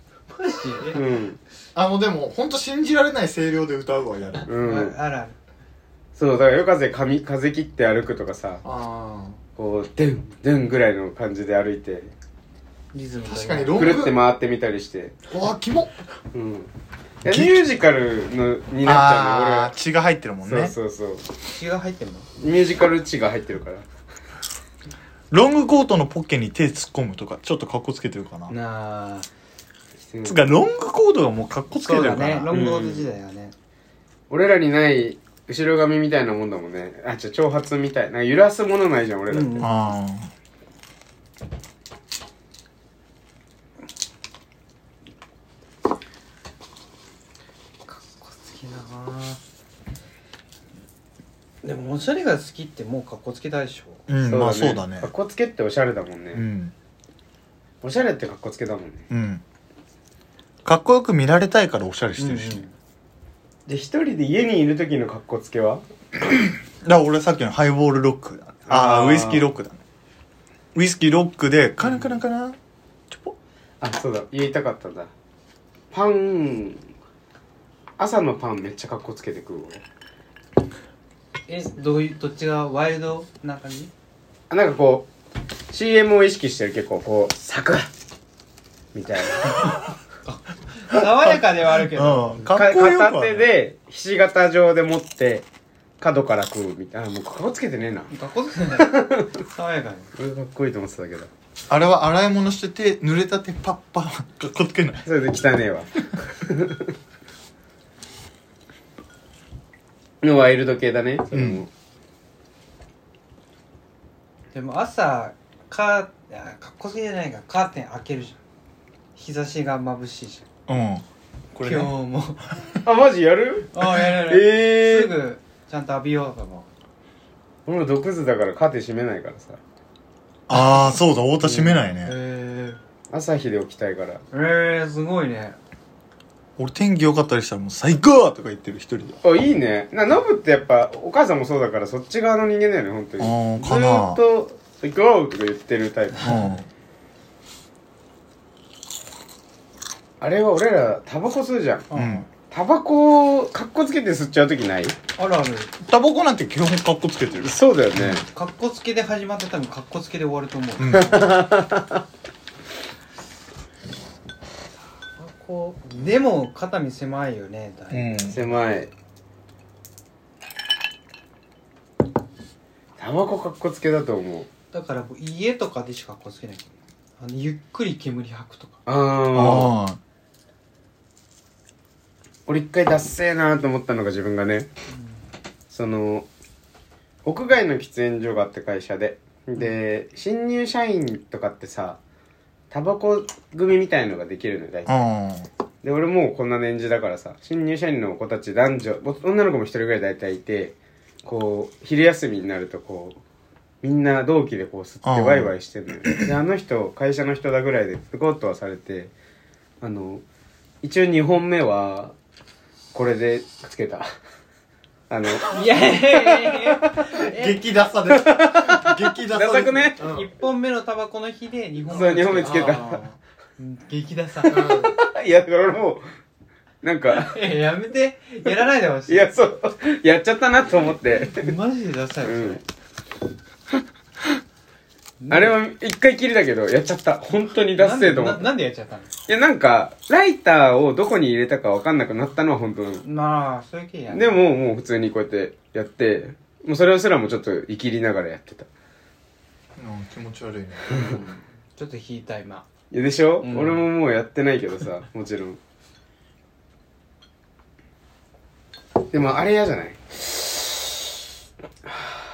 [SPEAKER 1] うん。
[SPEAKER 2] あのでもほんと信じられない声量で歌うわやる
[SPEAKER 1] うん。
[SPEAKER 3] ああら
[SPEAKER 1] そう、だから夜風かみ、風切って歩くとかさ、
[SPEAKER 2] あ
[SPEAKER 1] こう、でん、でんぐらいの感じで歩いて、
[SPEAKER 3] リズム
[SPEAKER 2] 確かにロ
[SPEAKER 3] ロ
[SPEAKER 2] ン
[SPEAKER 1] く
[SPEAKER 2] グ
[SPEAKER 1] るって回ってみたりして。
[SPEAKER 2] わあキモ
[SPEAKER 1] うん。いやミュージカルの、になっちゃうの、俺は
[SPEAKER 2] あ。ー血が入ってるもんね
[SPEAKER 1] そうそうそ
[SPEAKER 3] 血が入ってんの
[SPEAKER 1] うミュージカル地が入ってるから
[SPEAKER 2] ロングコートのポッケに手突っ込むとかちょっとかっこつけてるかな
[SPEAKER 3] なあ
[SPEAKER 2] つうかロングコートがもうかっこつけ
[SPEAKER 3] そ
[SPEAKER 2] て
[SPEAKER 3] う
[SPEAKER 2] る
[SPEAKER 3] だ
[SPEAKER 2] から
[SPEAKER 3] ねロングオード時代はね、
[SPEAKER 1] 俺らにない後ろ髪みたいなもんだもんねあじゃ挑発みたいなんか揺らすものないじゃん俺らって、
[SPEAKER 3] うん
[SPEAKER 2] あ
[SPEAKER 3] かっこつけだなでもおしゃれが好きってもうかっこつけたでしょ
[SPEAKER 2] あうんまあそうだね
[SPEAKER 1] かっこつけっておしゃれだもんね、
[SPEAKER 2] うん
[SPEAKER 1] おしゃれってかっこつけだもんね
[SPEAKER 2] うんかっこよく見られたいからおしゃれしてるし、
[SPEAKER 3] うんうん
[SPEAKER 1] で一人で家にいる時のかっこつけは
[SPEAKER 2] だから俺さっきのハイボールロックだねあ
[SPEAKER 1] あ
[SPEAKER 2] あ
[SPEAKER 1] ー
[SPEAKER 2] ウイスキーロックだねウイスキーロックでカランカランカランチョポ
[SPEAKER 1] あそうだ言いたかったんだパン朝のパンめっちゃかっこつけて食う俺
[SPEAKER 3] えどういうどっちがワイルドな感じ
[SPEAKER 1] あなんかこう CM を意識してる結構こうサクッみたいな
[SPEAKER 3] 爽やかではあるけど。
[SPEAKER 2] うんかっこよくは
[SPEAKER 1] 片手でひし形状で持って角から食うみたいなもうかっこつけてねえな
[SPEAKER 3] かっこつけない。爽やかに。
[SPEAKER 1] これかっこいいと思ってたけど
[SPEAKER 2] あれは洗い物して手濡れた手パッパーかっこつけない
[SPEAKER 1] それで汚ねえわ のワイルド系だねそれも、
[SPEAKER 3] でも朝、カー、いやかっこつけじゃないから、カーテン開けるじゃん。日差しが眩しいじゃ
[SPEAKER 2] うんこ
[SPEAKER 3] ん。
[SPEAKER 2] れ
[SPEAKER 3] 今日
[SPEAKER 2] ね
[SPEAKER 3] も。
[SPEAKER 1] あマジやる
[SPEAKER 3] ああ、やるやる。
[SPEAKER 1] ええ
[SPEAKER 3] す
[SPEAKER 1] ー、
[SPEAKER 3] ぐ、ちゃんと浴びようと思。
[SPEAKER 1] 俺も毒図だからカーテン閉めないからさ
[SPEAKER 2] ああそうだ太田閉めないうね
[SPEAKER 3] え
[SPEAKER 1] 朝日で起きたいから
[SPEAKER 3] えー。えー、すごいね。
[SPEAKER 2] 俺天気良かったりしたらもう最高とか言ってる一人で
[SPEAKER 1] あいいねなノブってやっぱお母さんもそうだからそっち側の人間だよね本当に
[SPEAKER 2] あーか
[SPEAKER 1] ず
[SPEAKER 2] な
[SPEAKER 1] ーっと「行こう!」とか言ってるタイプ
[SPEAKER 2] う
[SPEAKER 1] あれは俺らタバコ吸うじゃん
[SPEAKER 2] んうん
[SPEAKER 1] タバコをかっこつけて吸っちゃう時ない
[SPEAKER 3] あるある。
[SPEAKER 2] タバコなんて基本かっこつけてる
[SPEAKER 1] そうだよね
[SPEAKER 3] かっこつけで始まってたのかっこつけで終わると思う。
[SPEAKER 2] うん
[SPEAKER 3] こうでも肩身狭いよねだいぶ
[SPEAKER 2] うん
[SPEAKER 1] 狭いタバコかっこつけだと思う
[SPEAKER 3] だからもう家とかでしかかっこつけないあのゆっくり煙吐くとか
[SPEAKER 1] ああ
[SPEAKER 2] ああ
[SPEAKER 1] 俺一回ダッセーなーと思ったのが自分がねその屋外の喫煙所があって会社でで新入社員とかってさタバコ組みたいのができるのよ大体
[SPEAKER 2] あ
[SPEAKER 1] で俺もうこんな年次だからさ新入社員の子たち男女お女の子も一人ぐらい大体いてこう昼休みになるとこうみんな同期でこう吸ってワイワイしてるのよであの人会社の人だぐらいでプコッとはされてあの一応2本目はこれでつけたあの
[SPEAKER 3] いやいやいやいやい
[SPEAKER 2] あ
[SPEAKER 3] や
[SPEAKER 2] 激ダ サです激ダサです
[SPEAKER 1] ダサくね
[SPEAKER 2] うん
[SPEAKER 3] 1本目のタバコの火で2本
[SPEAKER 1] そう二本目
[SPEAKER 3] つ
[SPEAKER 1] つけた
[SPEAKER 2] あ
[SPEAKER 3] うん激ダサ
[SPEAKER 1] いやだから俺もうなんか
[SPEAKER 3] いややめてやらないでほし
[SPEAKER 1] い
[SPEAKER 3] い
[SPEAKER 1] やそうやっちゃったなと思って
[SPEAKER 3] マジでダサいわそれ、
[SPEAKER 1] うんあれは一回きりだけどやっちゃった本当に出せえと思っ
[SPEAKER 3] な
[SPEAKER 1] た
[SPEAKER 3] んでななんでやっちゃったの
[SPEAKER 1] いや、なんか、ライターをどこに入れたかわかんなくなったのは本当なの。
[SPEAKER 3] まあそういう系や
[SPEAKER 1] でも、もう普通にこうやってやって、もうそれすらもちょっと生きりながらやってた。い
[SPEAKER 2] うん気持ち悪いね
[SPEAKER 3] ちょっと引いた今
[SPEAKER 1] やでしょ、
[SPEAKER 3] うん
[SPEAKER 1] 俺ももうやってないけどさ、 もちろん。でも、あれ嫌じゃないは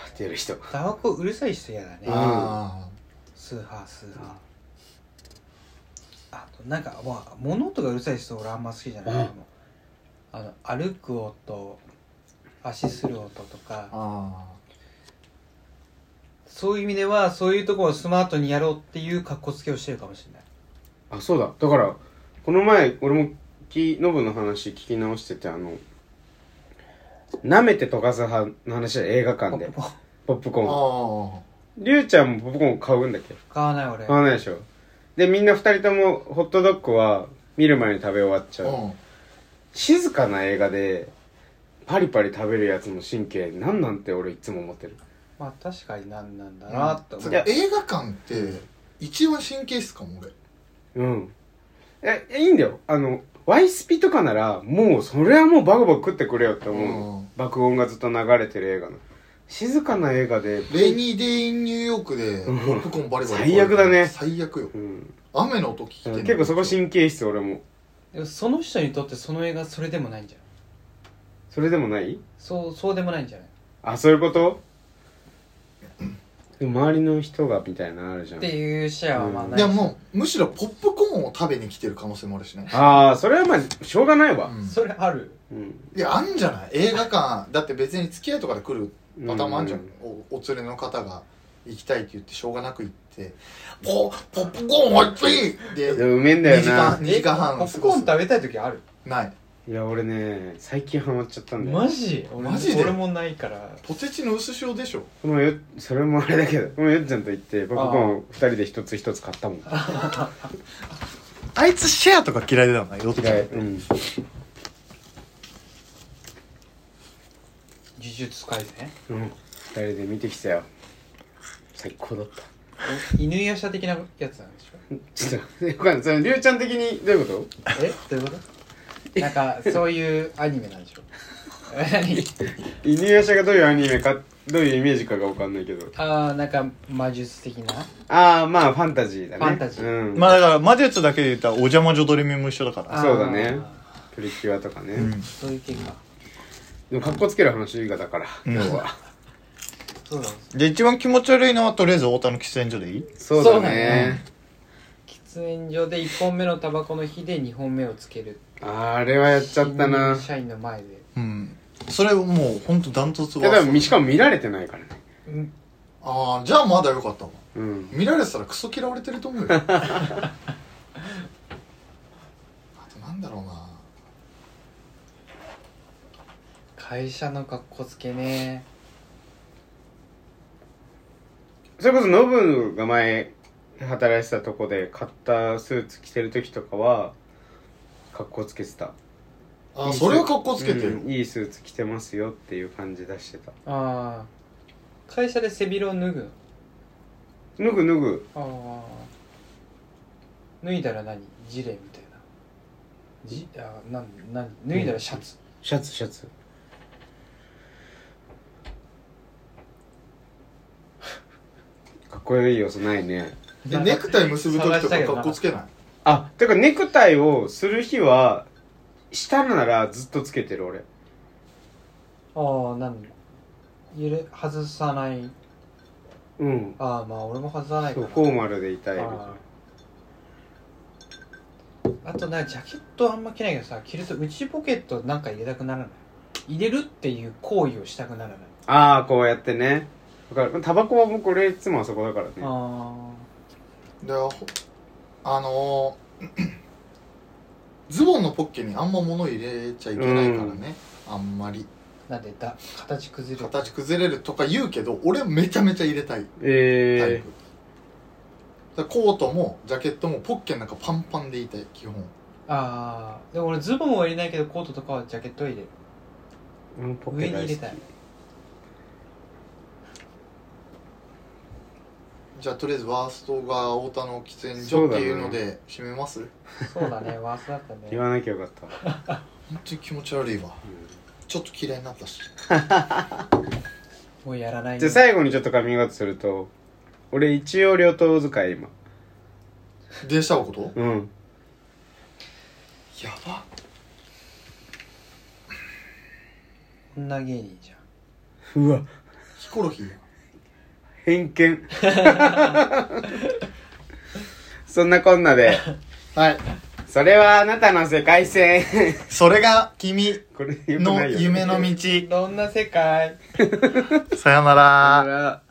[SPEAKER 1] ぁってやる人。
[SPEAKER 3] タバコうるさい人嫌だね
[SPEAKER 1] うん
[SPEAKER 2] あ
[SPEAKER 3] スーハースーハーあとなんか、まあ、物音がうるさい人俺あんま好きじゃない、
[SPEAKER 1] うん
[SPEAKER 3] でもあの歩く音足する音と
[SPEAKER 2] あ
[SPEAKER 3] か
[SPEAKER 2] あ
[SPEAKER 3] そういう意味ではそういうところをスマートにやろうっていう格好つけをしてるかもしれない
[SPEAKER 1] あ、そうだ。だから、この前、俺もき、ノブの話聞き直してて、あの、舐めて溶かす派の話だよ映画館で。
[SPEAKER 3] ポッポ
[SPEAKER 1] ポップコ
[SPEAKER 2] あ
[SPEAKER 1] ーン。
[SPEAKER 2] あ
[SPEAKER 1] りゅうちゃんもポップコーン買うんだっけ
[SPEAKER 3] 買わない俺
[SPEAKER 1] 買わないでしょでみんな二人ともホットドッグは見る前に食べ終わっちゃう、
[SPEAKER 2] うん
[SPEAKER 1] 静かな映画でパリパリ食べるやつの神経なんなんて俺いつも思ってる
[SPEAKER 3] まあ確かになんなんだなって思う、
[SPEAKER 1] いや
[SPEAKER 2] 映画館って一番神経質かも
[SPEAKER 1] う
[SPEAKER 2] 俺
[SPEAKER 1] んえいいんだよあのワイスピとかならもうそれはもうバクバク食ってくれよって思うの、
[SPEAKER 2] うん
[SPEAKER 1] 爆音がずっと流れてる映画の静かな映画で
[SPEAKER 2] レイニーデインニューヨークでポップコーンバリバリ
[SPEAKER 1] 最悪だね
[SPEAKER 2] 最悪よ
[SPEAKER 1] うん、
[SPEAKER 2] 雨の音聞いてんの
[SPEAKER 1] 結構そこ神経質俺も
[SPEAKER 3] でもその人にとってその映画それでもないんじゃない
[SPEAKER 1] それでもない
[SPEAKER 3] そうそうでもないんじゃない
[SPEAKER 1] あそういうことでも周りの人がみたいなのあるじゃん
[SPEAKER 3] っていうシェアはまあないし
[SPEAKER 2] でももうむしろポップコーンを食べに来てる可能性もあるしね
[SPEAKER 1] ああそれはまあしょうがないわ、
[SPEAKER 2] うん
[SPEAKER 3] それある
[SPEAKER 1] うん
[SPEAKER 2] いやあんじゃない映画館だって別に付き合いとかで来るパターンもあんじゃん
[SPEAKER 1] うん
[SPEAKER 2] おお連れの方が行きたいって言ってしょうがなく行って「ポポップコーンおいしい!」
[SPEAKER 1] でも
[SPEAKER 2] で
[SPEAKER 1] うめえんだよな
[SPEAKER 2] 短二時間半
[SPEAKER 3] えポップコーン食べたい時ある
[SPEAKER 2] ない
[SPEAKER 1] いや俺ね最近ハマっちゃったんだよ
[SPEAKER 3] マジ俺
[SPEAKER 2] マジで
[SPEAKER 3] 俺もないから
[SPEAKER 2] ポテチの薄塩でしょ
[SPEAKER 1] このよそれもあれだけどこのよっちゃんと行ってポップコーン2人で一つ一つ買ったもん
[SPEAKER 2] あいつシェアとか嫌いだよなよ
[SPEAKER 1] 嫌いうん
[SPEAKER 3] 呪術改善
[SPEAKER 1] うん2人で見てきたよ最高だった
[SPEAKER 3] 犬やしゃ的なやつなんでし
[SPEAKER 1] ち
[SPEAKER 3] ょ
[SPEAKER 1] ょっと、よかんない。それ、りゅうちゃん的にどういうこ
[SPEAKER 3] えどういう ことなんかそういうアニメなんでしょ え何
[SPEAKER 1] と犬やしゃがどういうアニメか、どういうイメージかがわかんないけど。
[SPEAKER 3] ああなんか魔術的な
[SPEAKER 1] ああ、まあ、ファンタジーだね。
[SPEAKER 3] ファンタジ
[SPEAKER 1] う
[SPEAKER 3] ー
[SPEAKER 1] ん。
[SPEAKER 2] まあだから魔術だけで言ったらお邪魔女ドレミも一緒だから
[SPEAKER 3] あ
[SPEAKER 1] そうだね。プリキュアとかね。
[SPEAKER 2] うん
[SPEAKER 3] そういう系か
[SPEAKER 1] でも、かっこつける話がだから、
[SPEAKER 2] うん
[SPEAKER 1] 今日は。
[SPEAKER 3] そうなんです
[SPEAKER 2] で一番気持ち悪いのはとりあえず太田の喫煙所でいい
[SPEAKER 1] そう
[SPEAKER 3] そ
[SPEAKER 1] だ
[SPEAKER 3] うだ
[SPEAKER 1] ね
[SPEAKER 3] ね。喫煙所で1本目のタバコの火で2本目をつける
[SPEAKER 1] あれはやっちゃったな。
[SPEAKER 3] 社員の前で
[SPEAKER 2] うんそれもう本当ダントツ
[SPEAKER 1] いや、で
[SPEAKER 2] は
[SPEAKER 1] も、しかも見られてないからね。
[SPEAKER 3] うん
[SPEAKER 2] ああじゃあまだよかったわ
[SPEAKER 1] うん。
[SPEAKER 2] 見られてたらクソ嫌われてると思うよ あとなんだろうな
[SPEAKER 3] 会社の格好つけね
[SPEAKER 1] それこそ、ノブが前、働いてたとこで買ったスーツ着てる時とかは、かっこつけてた。
[SPEAKER 2] あーそれは格好つけてよ、
[SPEAKER 1] うんいいスーツ着てますよっていう感じ出してた。
[SPEAKER 3] ああ会社で背広を脱ぐ
[SPEAKER 1] 脱ぐ脱ぐ。
[SPEAKER 3] ああ脱いだら何ジレみたいなじあなん何脱いだらシャツ、
[SPEAKER 1] シャツシャツ。 かっこいい要素ないね。
[SPEAKER 2] えネクタイ結ぶ時とか格好つけない
[SPEAKER 1] あ、てかネクタイをする日は、したならずっとつけてる俺。
[SPEAKER 3] ああなん揺れ外さない
[SPEAKER 1] うん。
[SPEAKER 3] ああまあ俺も外さない
[SPEAKER 1] そ
[SPEAKER 3] か
[SPEAKER 1] う、
[SPEAKER 3] ら
[SPEAKER 1] フォーマルでいたいみたい
[SPEAKER 3] あああとなんかジャケットあんま着ないけどさ着ると内ポケットなんか入れたくならない入れるっていう行為をしたくならない、
[SPEAKER 1] な。あー、こうやってね。だから、タバコは僕俺いつもあそこだからね。
[SPEAKER 3] あ
[SPEAKER 2] でほ あのー ズボンのポッケにあんま物入れちゃいけないからね、あんまり
[SPEAKER 3] あなんでだ形崩れる
[SPEAKER 2] 形崩れるとか言うけど俺めちゃめちゃ入れたいタイ
[SPEAKER 1] え
[SPEAKER 2] プ、だからコートもジャケットもポッケなんかパンパンでいたい基本
[SPEAKER 3] ああでも俺ズボンは入れないけどコートとかはジャケットは入れる
[SPEAKER 1] ー、うんポッケ
[SPEAKER 3] 上に
[SPEAKER 1] 大
[SPEAKER 3] 入れ
[SPEAKER 1] 好き
[SPEAKER 3] たい
[SPEAKER 2] じゃあとりあえずワーストが太田の喫煙所っていうので締めます、
[SPEAKER 3] そうだねワーストだったね
[SPEAKER 1] 言わなきゃよかったわ。
[SPEAKER 2] 本当に気持ち悪い
[SPEAKER 1] う
[SPEAKER 2] わ
[SPEAKER 1] ん
[SPEAKER 2] ちょっと嫌いになったし
[SPEAKER 3] もうやらないね
[SPEAKER 1] じゃあ最後にちょっとカミングアウトすると俺一応両頭使い今
[SPEAKER 2] 電車はことや
[SPEAKER 1] うん
[SPEAKER 2] ば
[SPEAKER 3] 女芸人じゃん
[SPEAKER 1] うわ
[SPEAKER 2] ヒコロヒーや
[SPEAKER 1] 偏見 そんなこんなで
[SPEAKER 2] はい
[SPEAKER 1] それはあなたの世界線
[SPEAKER 2] それが君
[SPEAKER 1] これよくな
[SPEAKER 2] の
[SPEAKER 1] いよね
[SPEAKER 2] 夢の道
[SPEAKER 3] どんな世界
[SPEAKER 2] さよなら
[SPEAKER 1] あら